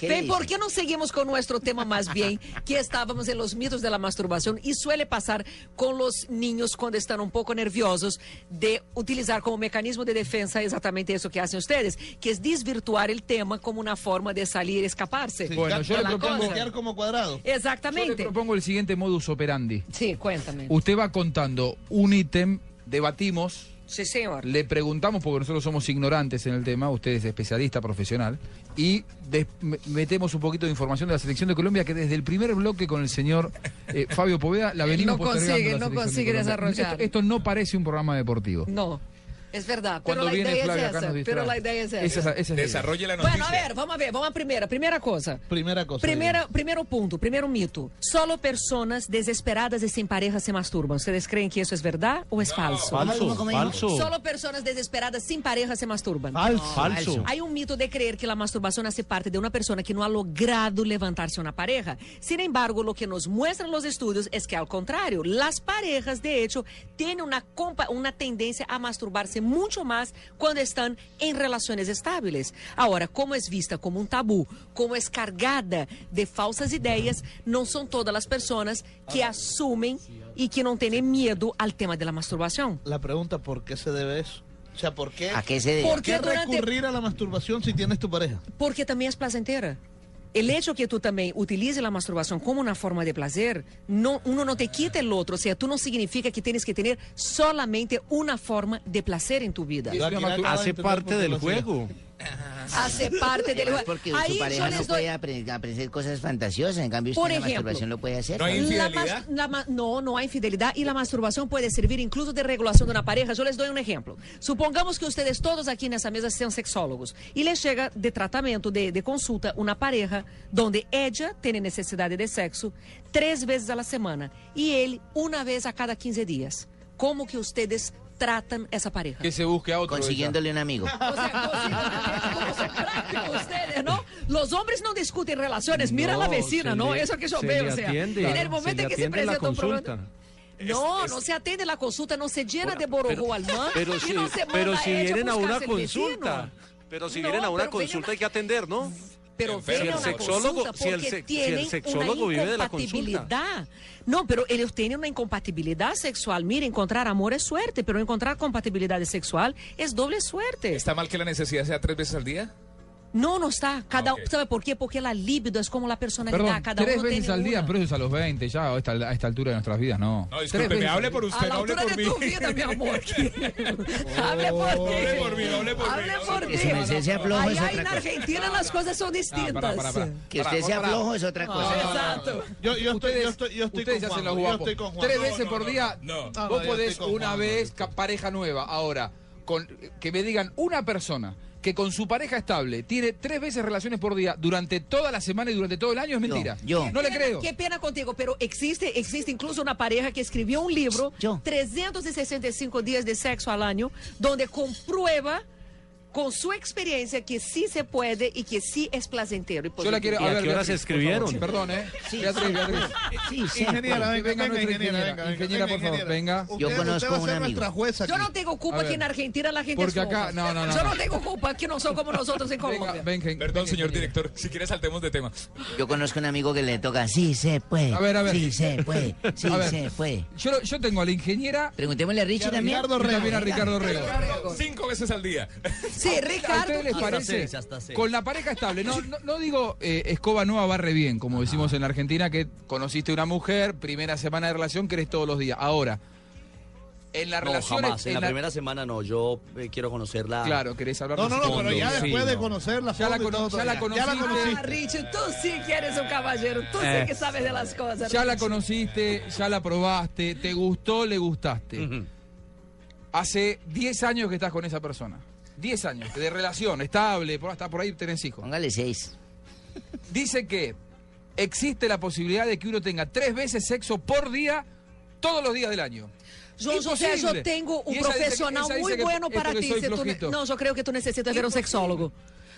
Ven, ¿por qué no seguimos con nuestro tema más bien? Que estábamos en los mitos de la masturbación y suele pasar con los niños cuando están un poco nerviosos de utilizar como mecanismo de defensa exactamente eso que hacen ustedes, que es desvirtuar el tema como una forma de salir, escaparse. Bueno, yo de le la propongo- cosa. Bloquear como cuadrado. Yo le Exactamente. propongo el siguiente modus operandi. Sí, cuéntame. Usted va contando un ítem, debatimos, Sí, señor. le preguntamos, porque nosotros somos ignorantes en el tema, usted es especialista profesional, y des- me- metemos un poquito de información de la selección de Colombia que desde el primer bloque con el señor eh, Fabio Poveda la venimos No postergando consigue, la no selección de consigue Colombia. desarrollar. Esto, esto no parece un programa deportivo. No, es verdad. pero Cuando la viene idea Flavia es acá esa. nos Pero distrae. la idea es esa. Esa la- esa es la idea. Desarrolle la noticia. Bueno, a ver, vamos a ver, vamos a primera, primera cosa. Primera cosa. Primeira, primeiro ponto, primeiro mito. Solo personas desesperadas e sem pareja se masturbam. Vocês creem que isso é verdade ou é falso? Falso, falso, Solo personas desesperadas sem pareja se masturbam. falso, falso. Hay un um mito de creer que la masturbación hace parte de una persona que no ha logrado levantarse una pareja. Sin embargo, lo que nos muestran los estudios es que al contrario, las parejas de hecho tienen una, compa- una tendencia a masturbarse mucho más cuando están en relaciones estables. Ahora, como es vista como un tabú, como es cargada de falsas ideas, no son todas las personas que asumen y que no tienen miedo al tema de la masturbación. La pregunta, ¿por qué se debe eso? O sea, ¿por qué, ¿A qué se debe? ¿Por ¿por qué qué durante- recurrir a la masturbación si tienes tu pareja? Porque también es placentera. El hecho que tú también utilices la masturbación como una forma de placer, no, uno no te quita el otro. O sea, tú no significa que tienes que tener solamente una forma de placer en tu vida. Yo aquí la acabo de Hace entender parte por qué del lo hacía. juego. Hace parte del... Además, porque Ahí su yo pareja no les doy- puede apre- aprender cosas fantasiosas, en cambio usted Por en la ejemplo, masturbación lo puede hacer. Mm, no hay- ¿no? La infidelidad? mas- la ma- no, no hay infidelidad y la masturbación puede servir incluso de regulación de una pareja. Yo les doy un ejemplo. Supongamos que ustedes todos aquí en esa mesa sean sexólogos y les llega de tratamiento, de, de consulta, una pareja donde ella tiene necesidad de sexo tres veces a la semana y él una vez a cada 15 días. ¿Cómo que ustedes tratan esa pareja? Que se busque a otro. Consiguiéndole un amigo. O sea, consigan- ¿cómo se tratan ustedes, no? Los hombres no discuten relaciones, mira a la No, vecina, se ¿no? le- Eso que yo se veo, le o sea, atiende, en el claro, momento se en le que se atiende la presenta un problema... consulta. No, no se atiende la consulta, no se llena de borojó al man Pero y si, no se manda pero si ella vienen a una buscarse el consulta, vecino. pero si No, vienen a una pero vienen consulta a- hay que atender, ¿no? Pero Si viene eh, el a una sexólogo- consulta si el porque sex- si el tienen sexólogo una vive de la incompatibilidad. No, pero ellos tienen una incompatibilidad sexual. Mira, encontrar amor es suerte, pero encontrar compatibilidad sexual es doble suerte. ¿Está mal que la necesidad sea tres veces al día? No, no está. Cada, Ok. ¿Sabe por qué? Porque la libido es como la personalidad. Perdón, Cada tres uno veces tiene al día, una. pero eso es a los 20 ya, a esta, a esta altura de nuestras vidas, no. No, Tres discúlpeme, veces al hable por día. A usted, la no hable altura por de mí. tu vida, mi amor. hable por ti. Hable por mí, no hable Hable por mí, no hable por ti. por mí. Su merced se afloja, es Allá otra en cosa. Argentina las cosas son distintas. Pues, pará, pará, pará. Que usted sea flojo es otra cosa. Exacto. Yo, yo estoy, Ustedes, yo estoy, yo estoy ustedes con hacen Juan. los yo guapos. estoy con Juan. Tres No, veces no, por no, día, no. Ah, yo vos estoy podés con una Juan, vez, ca- pareja nueva. Ahora, con, que me digan una persona que con su pareja estable tiene tres veces relaciones por día durante toda la semana y durante todo el año es mentira. yo. No le Pena- creo. Qué pena contigo, pero existe, existe incluso una pareja que escribió un libro, Yo. 365 días de sexo al año, donde comprueba con su experiencia que sí se puede y que sí es placentero. y Yo la positivo. quiero. ¿Y a ver, qué horas Beatriz, se por favor. escribieron? Perdón, ¿eh? Sí, Beatriz, sí. Beatriz. Sí, sí. Ingeniera, venga, Venga venga, nuestra ingeniera, ingeniera. venga. Ingeniera, por favor, venga. Yo Usted- usted conozco va a un ser amigo. nuestra jueza Yo aquí. no tengo A culpa ver. que en Argentina la gente Porque es acá- floja. no, no, no, Yo no. no tengo culpa que no son como nosotros en Colombia. Venga, venga, in- Perdón, venga, señor ingeniera. director, si quiere saltemos de tema. Yo conozco un amigo que le toca, sí se puede, A ver, a ver. sí se puede, sí A ver. se puede. Yo, lo- yo tengo a la ingeniera Preguntémosle a Richie Y a también. Ricardo y también a Rego. Ricardo Rego. Cinco veces al día. Sí, ¿A Ricardo. ustedes les parece? seis, hasta seis. Con la pareja estable. No, no, no digo eh, escoba nueva barre bien, como decimos en la Argentina, que conociste una mujer, primera semana de relación, querés todos los días. Ahora, en la No, relación. jamás. En la, primera semana no. Yo eh, quiero conocerla. Claro, querés hablar No, con no, su no, pero fondo. ya Sí, después de no. conocerla, Ya fondo la y cono- todo, ya la Ya la conociste. Ah, conociste. Richie, tú sí que eres un caballero, tú Eh. sí que sabes de las cosas. Ya la Richie. conociste, ya la probaste, te gustó, le gustaste. Hace 10 años que estás con esa persona. 10 años de relación estable, por, hasta por ahí tenés hijos. Póngale seis. Dice que existe la posibilidad de que uno tenga tres veces sexo por día todos los días del año. Yo, o sea, yo Imposible. tengo un Y esa dice que- profesional esa dice muy que bueno es para porque ti. soy se tú ne- flojito. no, yo creo que tú necesitas ver un sexólogo.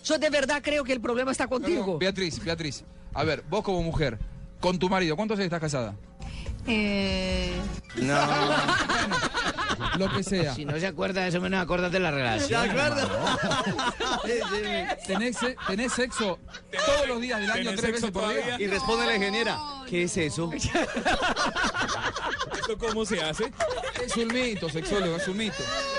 Yo de verdad creo que el problema está No, no, contigo. Beatriz, Beatriz, a ver, vos como mujer, con tu marido, ¿cuántos años estás casada? Eh, No, Lo que sea. si no se acuerda de eso, menos acuérdate de la relación. ¿Tenés, se- tenés sexo todos los días del año, ¿Tenés tres veces sexo por día? todavía? Y responde la ingeniera, ¿qué es eso? ¿Esto cómo se hace? Es un mito, sexólogo, es un mito.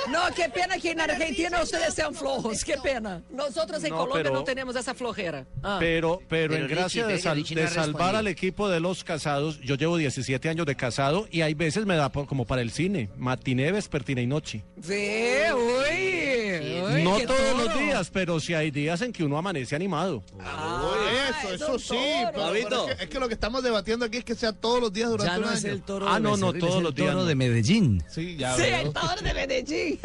No, qué pena que en Argentina ustedes sean flojos. Qué pena. Nosotros en No, Colombia pero- no tenemos esa flojera. Ah. Pero, pero, Pero en gracia Richie, de, ve que sal- Richie no de ha salvar respondido. al equipo de los casados, yo llevo 17 años de casado y hay veces me da por- como para el cine, matiné, vespertina y noche. Sí, uy, uy, no qué todos los toro. días, pero sí hay días en que uno amanece animado. Ah. eso, es eso un sí. toro. pero- pero es, que, es que lo que estamos debatiendo aquí es que sea todos los días durante un año. toro Ah, de no, no, Becerril, todos es el los días toro no. de Medellín. Sí, ya Sí, veo. el toro de Medellín.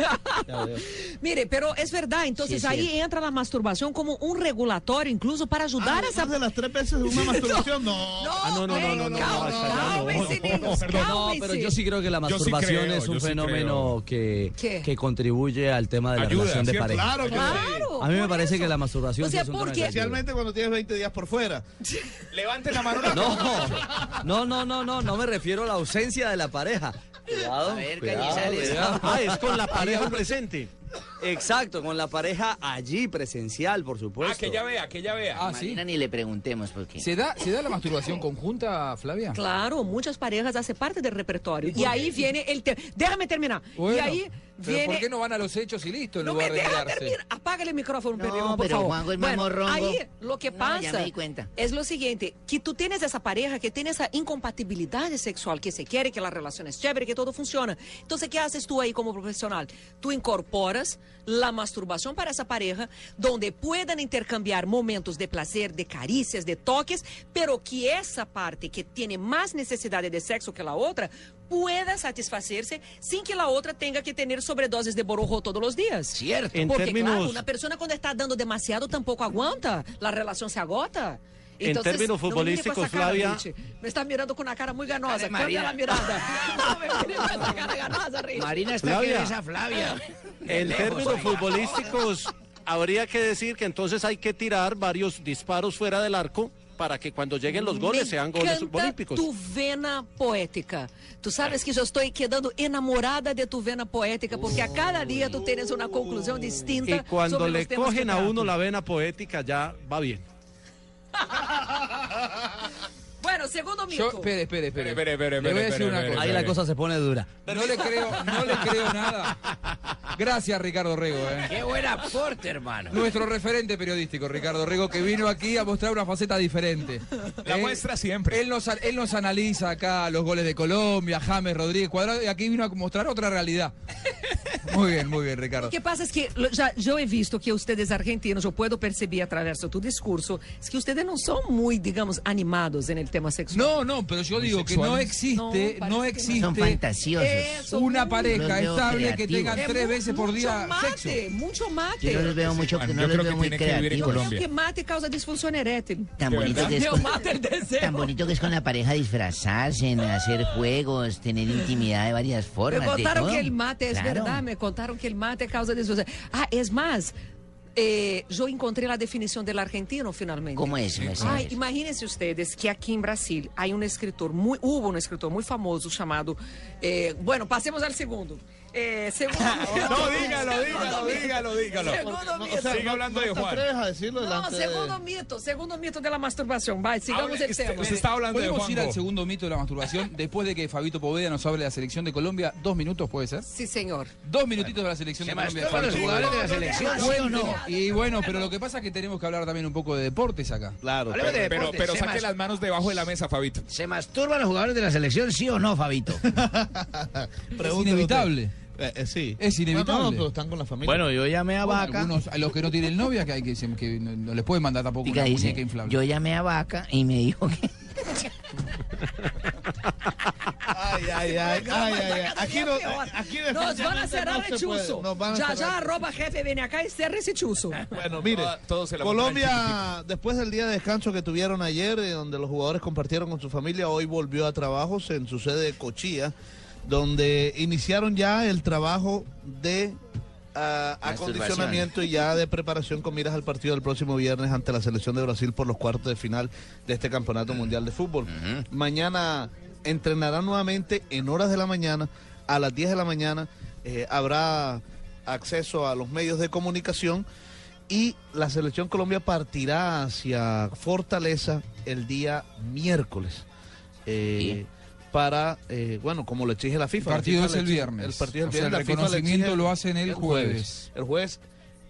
Mire, pero es verdad, entonces Sí, es ahí entra la masturbación como un regulatorio incluso para Ah, ayudar a esa ¿esas de las tres veces de una masturbación? No. No, Ah, no, no, no, ven, no, no, cal- no, no, no, cálmese, no, niños, no, cálmese. pero yo sí creo que la Yo sí masturbación creo, es yo un sí fenómeno que, ¿Qué? que contribuye al tema de la Ayuda, relación de ¿cierto? pareja. Claro que sí. Claro. A mí me por parece eso. que la masturbación O sí sea, es un tema porque- que ayuda. Especialmente cuando tienes 20 días por fuera. Levante la mano. No. No, no, no, no, no, no me refiero a la ausencia de la pareja. Cuidado, A ver, cuidado, Cañizales. cuidado. Ah, es con la pareja presente. Exacto, con la pareja allí presencial, por Ah, supuesto. que ya vea, que ya vea. Ah, sí. Marina, ni le preguntemos por qué. ¿Se da, ¿Se da la masturbación conjunta, Flavia? Claro, muchas parejas hace parte del repertorio. Y ahí viene el tema. Déjame terminar. y Bueno, ahí pero viene. ¿Por qué no van a los hechos y listo en No me lugar de deja quedarse? terminar. Apágale el micrófono, No, Pedro, por pero favor. Juanjo es más bueno, morrongo. ahí lo que No, pasa ya me di cuenta. es lo siguiente, que tú tienes esa pareja que tiene esa incompatibilidad sexual, que se quiere, que la relación es chévere, que todo funciona. Entonces, ¿qué haces tú ahí como profesional? Tú incorporas la masturbación para esa pareja, donde puedan intercambiar momentos de placer, de caricias, de toques, pero que esa parte que tiene más necesidad de sexo que la otra pueda satisfacerse sin que la otra tenga que tener sobredoses de borrojo todos los días. Cierto. En Porque, términos, claro, una persona cuando está dando demasiado tampoco aguanta, la relación se agota. En términos no mire futbolísticos, con esa cara, Flavia- Richie. Me está mirando con una cara muy Cara ganosa. de Cambia María. la mirada. No me mire con esa cara ganosa, Richie. Marina está Flavia. que besa a Flavia. En Lejos, términos oiga. futbolísticos, habría que decir que entonces hay que tirar varios disparos fuera del arco para que cuando lleguen los goles Me sean goles encanta olímpicos. Tu vena poética. Tú sabes que yo estoy quedando enamorada de tu vena poética porque a cada día tú tienes una conclusión distinta. Y cuando sobre le los temas que cogen a trato. uno la vena poética ya va bien. Bueno, segundo mito. Yo, espere, espere, espere. Espere, espere, Le voy a espere, decir una espere, cosa. Ahí la cosa se pone dura. No le creo, no le creo nada. Gracias, Ricardo Rego. eh. Qué buen aporte, hermano. Nuestro referente periodístico, Ricardo Rego, que vino aquí a mostrar una faceta diferente. La Eh, muestra siempre. Él nos, él nos analiza acá los goles de Colombia, James Rodríguez Cuadrado, y aquí vino a mostrar otra realidad. Muy bien, muy bien, Ricardo. O que passa é que lo- já, já he visto que vocês argentinos, eu puedo perceber através do teu discurso, es que vocês não são muito, digamos, animados no tema sexual. No, no, pero yo digo que no existe, No, parece no, que no. existe Son fantasiosos. Eso. una Los pareja veo estable que creativos. tenga É tres mu- veces por día mucho mate, sexo. Mucho Yo no los mate. veo mucho, Juan, no yo los creo veo que muy tiene que vivir en creativos. Colombia. Porque mate causa disfunción erétil. Tan ¿De bonito verdad? que es Meu con, mate el tan deseo. bonito que es con la pareja disfrazarse, hacer juegos, tener intimidad de varias Me formas. de contaron todo. que el mate, es Claro. verdad, me contaron que el mate causa disfunción. Ah, es más, eh, yo encontré la definición del argentino finalmente. ¿Cómo es? Pues, maestro? Ai, imaginem-se vocês que aqui em Brasília há um escritor, mui- houve um escritor muito famoso chamado. Eh, bueno, passemos ao segundo. Eh, segundo No, dígalo, dígalo, dígalo, dígalo. Segundo O mito. sea, Sigue no- hablando de no te Juan. atrevas a decirlo Não, delante de- segundo mito, segundo mito da masturbação. Vai, sigamos Ahora, o este- tema. se está hablando de ¿Podemos ir al Juanjo. segundo mito de la masturbación después de que Fabito Poveda nos hable de la selección de Colombia? Dos minutos, ¿puede ser? Sim, senhor. Dos minutitos de la selección de Colombia. de masturban Fabito los jugadores de la Poveda. selección, ¿sí o no? Y bueno, pero lo que pasa es que tenemos que hablar también un poco de deportes acá. Claro. Hablemos de Pero, deportes, pero se saque mas- las manos debajo de la mesa, Fabito. ¿Se masturban los jugadores de la selección, sí o no, Fabito? Es Pregúntale inevitable. usted. Eh, eh, sí. Es inevitable. No, no, pero están con la familia. Bueno, yo llamé a Bueno, algunos- a los que no tienen novia que, hay que, que no, no les pueden mandar tampoco Diga, una dice, muñeca inflable. yo llamé a Vaca y me dijo que... Ay, ay, ay, ay, ay, ay, ay. Aquí no, eh, aquí Nos van a definitivamente cerrar no el se puede. chuzo. Nos van a ya, cerrar ya, el chuzo. arroba jefe, viene acá y cierra ese chuzo. Bueno, mire, Toda- todos se la Colombia, después del día de descanso que tuvieron ayer, eh, donde los jugadores compartieron con su familia, hoy volvió a trabajos en su sede de Cochía, donde iniciaron ya el trabajo de ah, acondicionamiento y ya de preparación con miras al partido del próximo viernes ante la selección de Brasil por los cuartos de final de este Campeonato Mundial de Fútbol. Mañana entrenarán nuevamente en horas de la mañana, a las 10 de la mañana eh, habrá acceso a los medios de comunicación y la selección Colombia partirá hacia Fortaleza el día miércoles. eh, Para, eh, bueno, como lo exige la FIFA. la partido FIFA es le el exige- viernes. El partido es O el sea, el viernes. la FIFA le reconocimiento exige lo hacen el jueves. El jueves.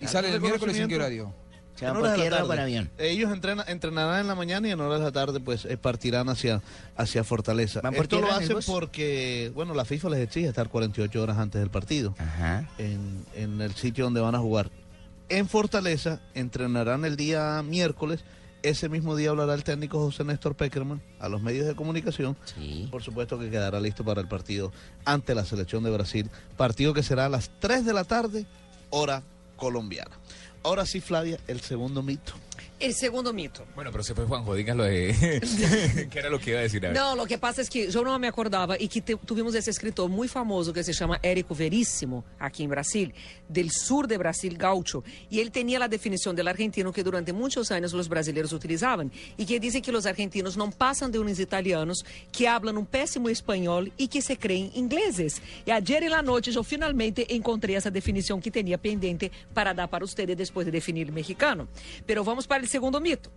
¿Y sale el miércoles en qué horario? O sea, En ¿por horas de qué la error tarde. para avión? Ellos entrena- entrenarán en la mañana y en horas de la tarde pues eh, partirán hacia, hacia Fortaleza. ¿Van por Esto lo tierra en el hacen bus? porque, bueno, la FIFA les exige estar 48 horas antes del partido Ajá. en, en el sitio donde van a jugar. En Fortaleza entrenarán el día miércoles. Ese mismo día hablará el técnico José Néstor Peckerman a los medios de comunicación. Sí. Por supuesto que quedará listo para el partido ante la selección de Brasil. Partido que será a las 3 de la tarde, hora colombiana. Ahora sí, Flavia, el segundo mito. El segundo mito. Bueno, pero se fue Juanjo, digan lo de... ¿Qué era lo que iba a decir? A ver. Não, o que passa é que eu não me acordava e que te- tuvimos esse escritor muito famoso que se chama Érico Veríssimo, aqui em Brasil, del sur de Brasil, gaucho. E ele tinha a definição del argentino que durante muitos anos os brasileiros utilizavam e que dizem que os argentinos não passam de uns italianos que hablam um péssimo espanhol e que se creem ingleses. E ayer en la noite eu finalmente encontrei essa definição que tinha pendente para dar para vocês depois de definir mexicano. Pero vamos para o segundo mito.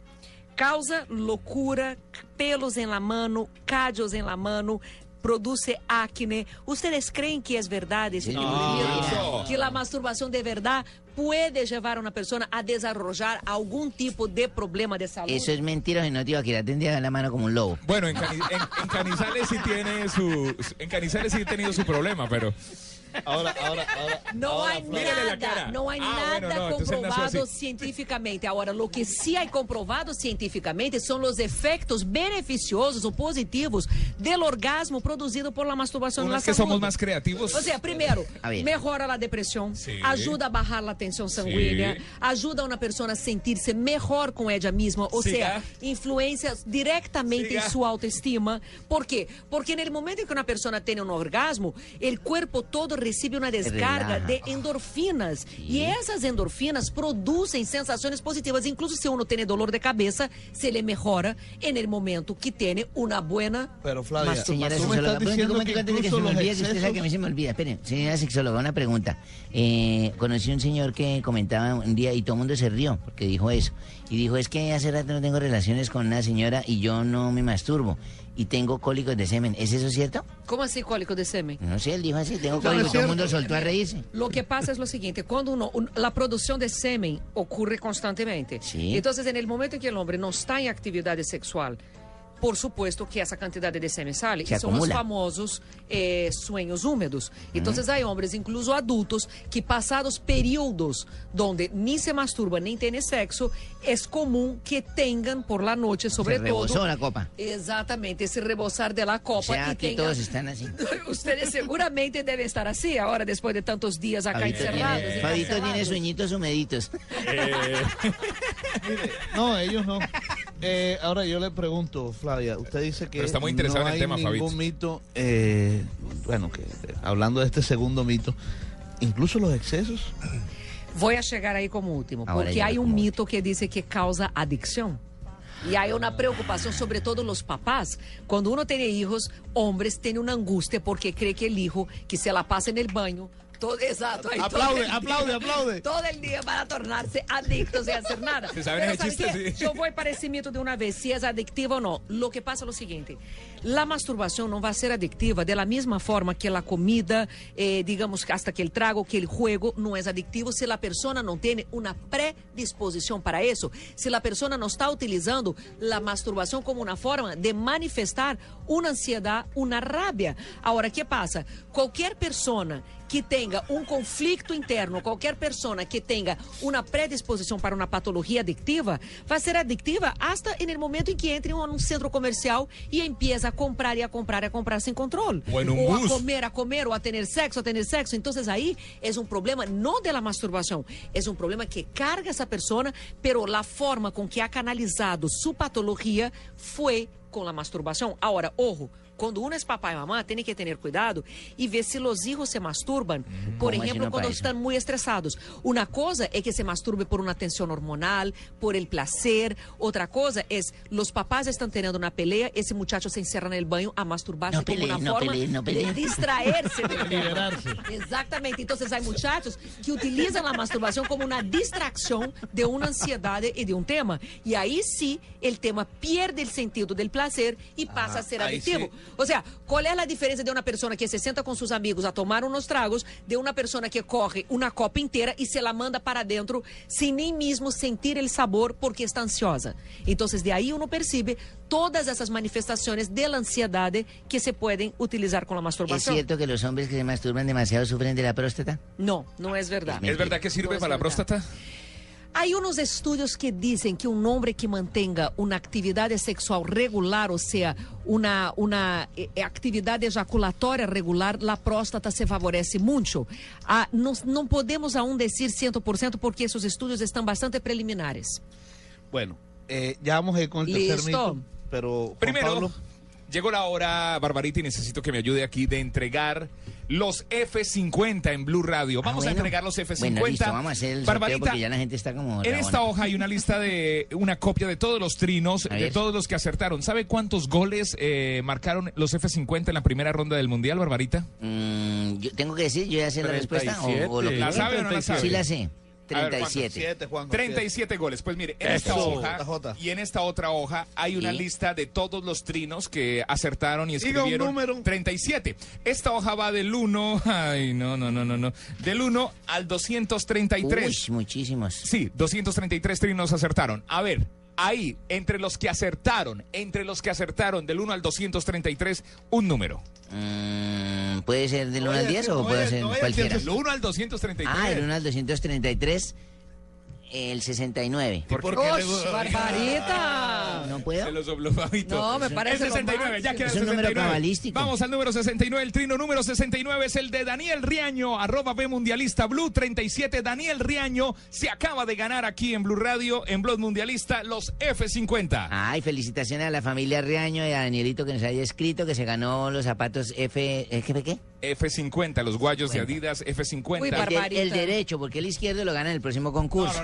Causa loucura, pelos em la mano, cádios em la mano, produce acne. Vocês creem que é verdade esse tipo de mito? Que a masturbação de verdade pode levar uma pessoa a desarrollar algum tipo de problema de saúde? Eso es mentira, que no te iba a quitar, tendría la mano como un lobo. Bueno, en, Cani- en- en Canizales sí tiene su... En Canizales sí he tenido su problema, pero... Ahora, ahora, ahora. Não há Mírale la nada, cara. não há Ah, nada bueno, no, entonces él nació comprovado así. cientificamente. Agora, o que se há comprovado cientificamente são os efeitos beneficiosos ou positivos do orgasmo produzido por la masturbação Uno na es que saúde. somos más creativos. Ou seja, primeiro, A ver. melhora a depressão, Sim. ajuda a barrar a tensão sanguínea, Sim. ajuda uma pessoa a sentir-se melhor com ela mesma, ou Siga. seja, influencia diretamente Siga. em sua autoestima. Por quê? Porque no momento em que uma pessoa tem um orgasmo, o corpo todo recebe É uma descarga Relaja. de endorfinas. E essas endorfinas produzem sensações positivas. Incluso se uno tem dolor de cabeça, se ele melhora no momento que tem uma buena Pero Flavia, Mas, Señora tú me sexóloga, estás pero un diciendo momento que antes de que se incluso me los olvide, que usted sabe que a mí excesos- se me olvida. Espere, señora sexóloga, una pregunta. Eh, conocí un señor que comentaba un día y todo el mundo se rió porque dijo eso. Y dijo, es que hace rato no tengo relaciones con una señora y yo no me masturbo. Y tengo cólicos de semen. ¿Es eso cierto? Como assim, cólico de sêmen? No sé, él dijo así, tengo no es cólicos. Todo el cierto. mundo soltó a reírse. Lo que pasa es lo siguiente, cuando uno, un- la producción de semen ocurre constantemente, Sí. entonces en el momento en que el hombre no está en actividad sexual, por supuesto que esa cantidad de semen sale, Se y son los acumula. Mm. famosos eh, sueños húmedos. Entonces hay hombres, incluso adultos, que pasados períodos donde ni se masturban ni tienen sexo, es común que tengan por la noche, sobre se rebosó todo... la copa. Exactamente, ese rebosar de la copa O sea, y aquí tengan- todos están así. Ustedes seguramente deben estar assim, así ahora, después de tantos días acá Fabito encerrados. tiene, y Fabito tiene cancelados. sueñitos humeditos. No, ellos no. Eh, ahora yo le pregunto, Flavia, usted dice que Pero está muy interesado no en el hay tema, ningún Fabito. mito, eh, bueno, que eh, hablando de este segundo mito, incluso los excesos. Voy a llegar ahí como último, Ahora porque llega hay un como mito que dice que causa adicción. Y hay una preocupación, sobre todo los papás. Cuando uno tiene hijos, hombres tienen una angustia porque cree que el hijo que se la pasa en el baño, todo exacto, ahí, todo Aplaude, el día- aplaude, aplaude. Todo el día van a tornarse adictos sin hacer nada. Se saben ese ¿sabe chiste, qué? sí. Yo voy para ese mito de una vez, si es adictiva o no. Lo que pasa es lo siguiente, la masturbación no va a ser adictiva de la misma forma que la comida, eh, digamos, hasta que el trago, que el juego no es adictivo si la persona no tiene una predisposición para eso, si la persona no está utilizando la masturbación como una forma de manifestar una ansiedad, una rabia. Ahora, ¿qué pasa? Qualquer persona que tenha um conflito interno, qualquer pessoa que tenha uma predisposição para uma patologia adictiva, vai ser adictiva hasta no momento em que entre em um centro comercial e empieza a comprar e a comprar e a comprar sem controle. Ou en un a bus. comer, a comer, ou a ter sexo, a ter sexo. Então, aí é um problema não de la masturbação, é um problema que carga essa pessoa, pero la forma com que ha canalizado sua patologia foi com la masturbação. Agora, ojo, quando uno es papá y mamá, tiene que tener cuidado y ver si los hijos se masturban. por Mm, ¿Cómo así ejemplo, no cuando parece? están muy estresados. Una cosa es que se masturbe por una tensión hormonal, por el placer. Otra cosa es los papás están teniendo una pelea, ese muchacho se encierra en el baño a masturbarse No como peleen, una no forma peleen, no peleen. de distraerse. del tema. liberarse. Exactamente. Entonces hay Então, muchachos que utilizan la masturbación como una distracción de una ansiedad y de un tema. Y ahí sí el tema pierde el sentido del placer y pasa a ser ahí adictivo. sí. O sea, qual é a diferença de uma pessoa que se senta com seus amigos a tomar uns tragos de uma pessoa que corre uma copa inteira e se la manda para dentro sem nem mesmo sentir o sabor porque está ansiosa? Então, de aí uno percebe todas essas manifestações de la ansiedade que se podem utilizar com a ¿Es masturbação. É cierto que los hombres que se masturban demasiado sufren de la próstata? Não, não é verdade. ¿Es verdad que No sirve es para la verdad. próstata? Hay unos estudios que dicen que un hombre que mantenga una actividad sexual regular, o sea, una, una eh, eh, actividad eyaculatoria regular, la próstata se favorece mucho. Ah, no, no podemos aún decir 100% porque esos estudios están bastante preliminares. Bueno, eh, ya vamos a ir con el tercer Listo. mito, pero Juan Primero, Pablo, llegó la hora, Barbarita, y necesito que me ayude aquí de entregar los F50 en Blue Radio. Vamos Ah, a bueno. entregar los F50. Bueno, listo, vamos a hacer el sorteo Barbarita, porque ya la gente está como... en esta rabona. hoja hay una lista de una copia de todos los trinos, A de ver. todos los que acertaron. ¿Sabe cuántos goles eh, marcaron los F50 en la primera ronda del Mundial, Barbarita? Mm, yo tengo que decir, yo ya sé la respuesta o, o lo que... ¿La sabe o no la sabe? Sí la sé, A ver, 37. siete, Juanjo, siete. 37 goles. Pues mire, en esta Eso. hoja JJ. y en esta otra hoja hay una Sí. lista de todos los trinos que acertaron y Diga un escribieron número. 37. Esta hoja va del 1, ay, no, no, no, no, no, del 1 al 233. Uy, muchísimos. Sí, 233 trinos acertaron. A ver, ahí entre los que acertaron, entre los que acertaron del 1 al 233, un número. Mm, ¿Puede ser del No 1 voy a al 10 decir, no o voy a- puede no ser voy a decir cualquiera? Del 1 al 233. Ah, el 1 al 233, el 69. ¿Por qué le- ¡Osh, barbarita! ¡Oh, ¿No puedo? Se los dobló, Fabito. No, me parece El lo 69, máximo. ya queda Es el un número 69. cabalístico. Vamos al número 69, el trino número 69 es el de Daniel Riaño, arroba B Mundialista Blue 37. Daniel Riaño se acaba de ganar aquí en Blue Radio, en Blog Mundialista, los F50. Ay, felicitaciones a la familia Riaño y a Danielito que nos haya escrito que se ganó los zapatos F... ¿eh, ¿Qué? qué? F50, los guayos de Adidas, F50. Uy, Porque el, Barbarita. el derecho, porque el izquierdo lo gana en el próximo concurso.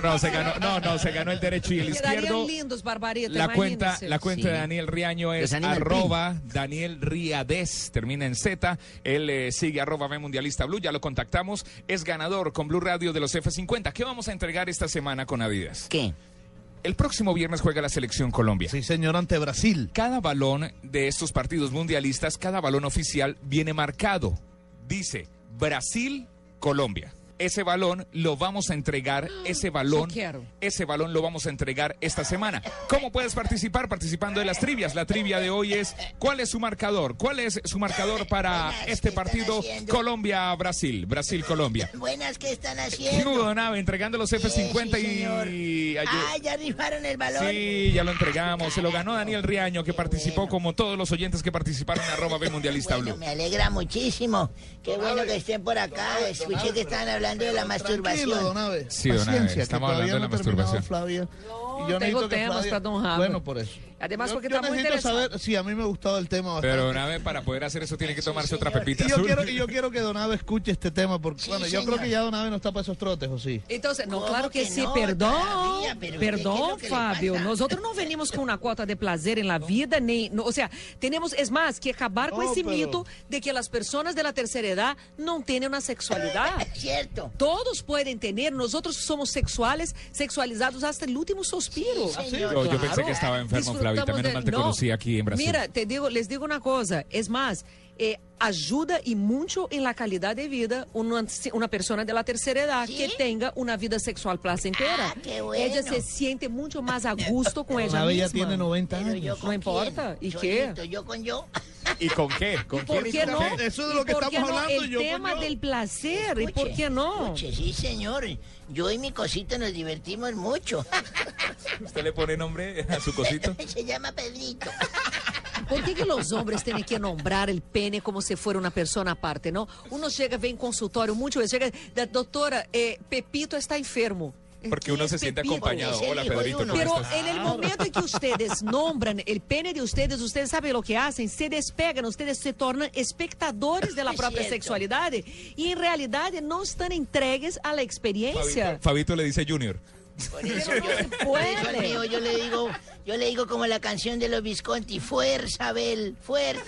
no, no, no, se ganó, no, no, se ganó el derecho y el izquierdo. Quedarían lindos, barbarita, La cuenta, imagínense. la cuenta de Sí. Daniel Riaño es Los Animal arroba Daniel Riades, termina en Z. Él eh, sigue arroba B Mundialista Blue, ya lo contactamos. Es ganador con Blue Radio de los F50. ¿Qué vamos a entregar esta semana con Adidas? ¿Qué? El próximo viernes juega la selección Colombia. sí señor, ante Brasil. Cada balón de estos partidos mundialistas, cada balón oficial viene marcado. Dice Brasil, Colombia. Ese balón lo vamos a entregar, ese balón, Yo quiero. ese balón lo vamos a entregar esta semana. ¿Cómo puedes participar? Participando de las trivias. La trivia de hoy es ¿cuál es su marcador? ¿Cuál es su marcador para este partido Colombia-Brasil? Brasil-Colombia. Buenas que están Hugo Nave entregando los F50 y... ayer- Ah, ya rifaron el balón. Sí, ya lo entregamos. Se lo ganó Daniel Riaño, que participó como todos los oyentes que participaron en arroba B Mundialista Blue. alegra muchísimo. Qué bueno que estén por acá. Escuché que estaban hablando de la Tranquilo, don Abe. Sí, don Abe, Paciencia, que estamos todavía hablando de no la he terminado, masturbación. Flavia. No, Y yo tengo necesito que temas Flavia- para don Abe. Bueno, por eso. Además, Yo- porque yo está muy necesito interesante. saber, sí, a mí me ha gustado el tema bastante. Pero Donave, para poder hacer eso, tiene que tomarse otra pepita y yo azul. quiero, y yo quiero que Don Abe escuche este tema, porque Sí, bueno, yo señor. creo que ya Don Abe no está para esos trotes, ¿o sí? Entonces, no, ¿Cómo Então, claro que, que sí, no? perdón, Todavía, pero ¿qué- qué es perdón, lo que le Fabio. pasa? Nosotros no venimos con una cuota de placer en la vida, ni, no, o sea, tenemos, es más, que acabar con No, ese pero- mito de que las personas de la tercera edad no tienen una sexualidad. Ah, Cierto. Todos pueden tener, nosotros somos sexuales, sexualizados hasta el último suspiro. Yo- yo pensé que estaba enfermo, Disfrutamos Flavita, menos de- mal te No. conocí aquí en Brasil. Mira, te digo, les digo una cosa, es más, eh, ayuda y mucho en la calidad de vida una, anci- una persona de la tercera edad que tenga una vida sexual placentera. Ah, qué bueno. Ella se siente mucho más a gusto con Don ella Abe ya misma. tiene 90 Pero yo años. No importa, ¿y qué? Solito, yo con yo. ¿Y con qué? ¿Con ¿Y por qué quién? no? ¿Con qué? Eso es de ¿Y lo que por qué estamos no hablando, El yo, tema coño. del placer, ¿y por qué no? Escuche, sí, señor. Yo y mi cosito nos divertimos mucho. ¿Usted le pone nombre a su cosito? Se llama Pedrito. Por que, que os homens têm que nombrar o pene como se fosse uma pessoa à parte, não? Uno chega, vem em consultório, muitas vezes chega, "Da- doutora, eh, Pepito está enfermo. Porque ¿Quién uno es se siente Pepito? acompañado. es el Hola, hijo de Pedrito, uno. ¿cómo Pero estás? en el momento en que ustedes nombran el pene de ustedes, ustedes saben lo que hacen, se despegan, ustedes se tornan espectadores de la Es propia cierto. sexualidad y en realidad no están entregues a la experiencia. Fabito le dice Junior. Por eso, Pero no se yo, por eso al puede. mío yo le digo, yo le digo como la canción de los Visconti, fuerza, Abel, fuerza.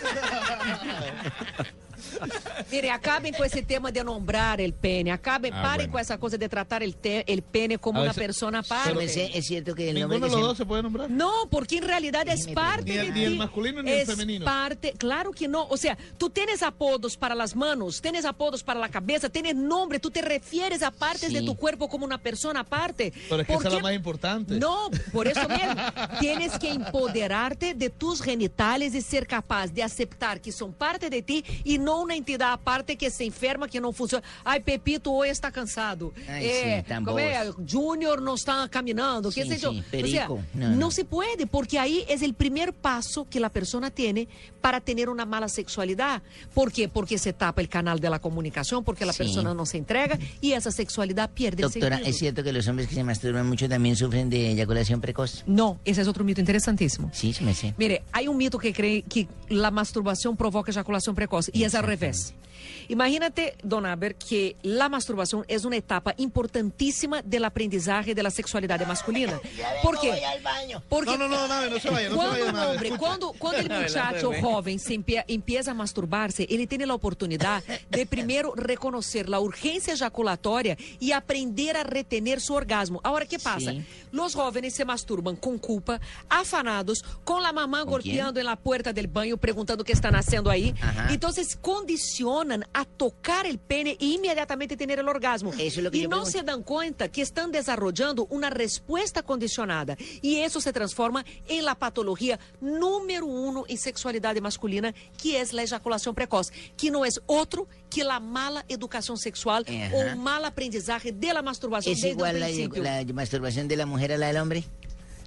Mire, acabem com esse tema de nombrar el pene, acabem, Ah, parem bueno. com essa coisa de tratar el, te- el pene como A uma ver, se- pessoa à Pero parte. ese- es cierto que el Ninguno nombre de que los se- dos se puede nombrar. No, porque en realidad es parte Ni el- de ni el ti. masculino ni el Es femenino. parte, claro que no. O sea, tú tienes apodos para las manos, tienes apodos para la cabeza, tienes nombre, tú te refieres a partes Sí. de tu cuerpo como una persona aparte. Pero es que ¿Por esa es la qué? más importante. No, por eso mismo. tienes que empoderarte de tus genitales y ser capaz de aceptar que son parte de ti y no una entidad aparte que se enferma, que no funciona. Ay, Pepito hoy está cansado. Ay, sí, tan como é? bobos. Junior no está caminando. ¿Qué Sí, sé yo? sí, O sea, perico. No, no, no. se puede, porque ahí es el primer paso que la persona tiene para tener una mala sexualidad. ¿Por qué? Porque se tapa el canal de la comunicación, porque la Sí. persona no se entrega y esa sexualidad pierde Doctora, el ¿es sentido. cierto que los hombres que se masturban mucho también sufren de eyaculación precoz? No, ese es otro mito interesantísimo. Sí, sí me sé. Mire, hay un mito que cree que la masturbación provoca eyaculación precoz y es al revés. Imagínate, Don Aber, que la masturbación es una etapa importantísima del aprendizaje de la sexualidad masculina. Ya vengo, ¿Por qué? voy al baño. Porque No, no, no, Nave, no se vaya, no se Quando vaya, um Nave. homem, quando, quando ele muchacho jovem se empie- empieza a masturbar-se, ele tem a oportunidade de primeiro reconhecer a urgência ejaculatória e aprender a retener seu orgasmo. A hora que passa, Sim. os jovens se masturbam com culpa, afanados, com a mamã Com quem? golpeando na porta del banho, perguntando o que está nascendo aí. Aham. Então, condicionam a tocar o pene e imediatamente ter o orgasmo. Eso es lo que y yo no pregunto. se dan cuenta que están desarrollando una respuesta condicionada y eso se transforma en la patología número uno en sexualidad masculina, que es la eyaculación precoz, que no es otro que la mala educación sexual Ajá. o mal aprendizaje de la masturbación ¿Es desde igual el la, principio. la masturbación de la mujer a la del hombre?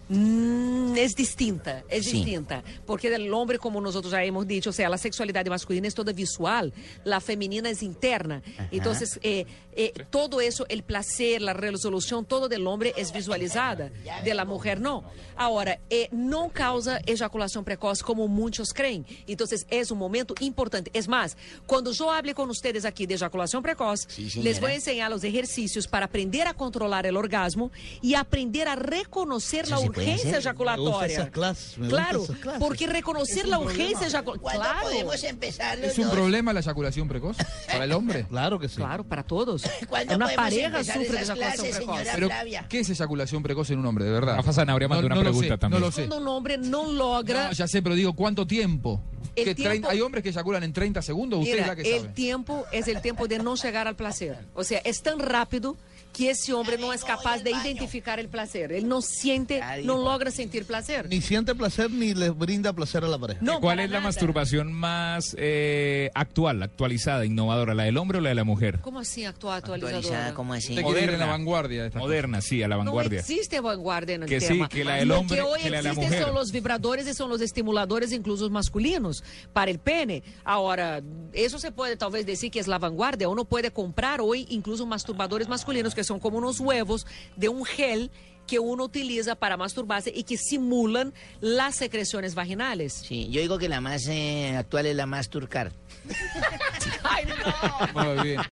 Mm, es distinta, es Sí. distinta. Porque el hombre, como nosotros ya hemos dicho, o sea, la sexualidad masculina es toda visual, la femenina es interna. Entonces, eh, eh, todo eso, el placer, la resolución, todo del hombre es visualizada, de la mujer no. Ahora, eh, no causa eyaculación precoz como muchos creen. Entonces, es un momento importante. Es más, cuando yo hable con ustedes aquí de eyaculación precoz, Sí, señora. les voy a enseñar los ejercicios para aprender a controlar el orgasmo y aprender a reconocer Eso la se urgencia puede hacer. Me gustan esas ejaculatoria. clases, me gustan claro, esas clases. porque reconocer la urgencia ¿Cuándo ejaculatoria. Claro, podemos empezar los ¿Es un dos? problema la eyaculación precoz para el hombre? Claro que sí. claro, para todos. ¿Cuándo Una podemos pareja empezar sufre de esas eyaculación clases, precoz. señora? Pero, Flavia. ¿qué es eyaculación precoz en un hombre, de verdad? Rafa Sanabria mandó una lo pregunta sé, también. No lo sé. Cuando un hombre no logra No, ya sé, pero digo, ¿cuánto tiempo? El Que trein- tiempo- Hay hombres que eyaculan en 30 segundos, usted Mira, es la que el sabe. tiempo es el tiempo de no llegar al placer. O sea, es tan rápido que ese hombre no es capaz de identificar el placer. Él no siente, Ya dijo. no logra sentir placer. Ni siente placer ni le brinda placer a la pareja. No, ¿Cuál para es la nada. masturbación más eh, actual, actualizada, innovadora, la del hombre o la de la mujer? ¿Cómo así actúa Actualizada, actualizadora? ¿cómo así? Usted quiere ir en la vanguardia de estas Moderna, sí, a la No vanguardia. existe vanguardia en el Que sí, tema. que la del hombre, Lo que hoy que la de la existen mujer. son los vibradores y son los estimuladores, incluso masculinos, para el pene. Ahora, eso se puede tal vez decir que es la vanguardia. Uno puede comprar hoy incluso masturbadores masculinos que son como unos huevos de un gel que uno utiliza para masturbarse y que simulan las secreciones vaginales. Sí, yo digo que la más eh, actual es la más turcar. ¡Ay, no! cosas. Muy bien.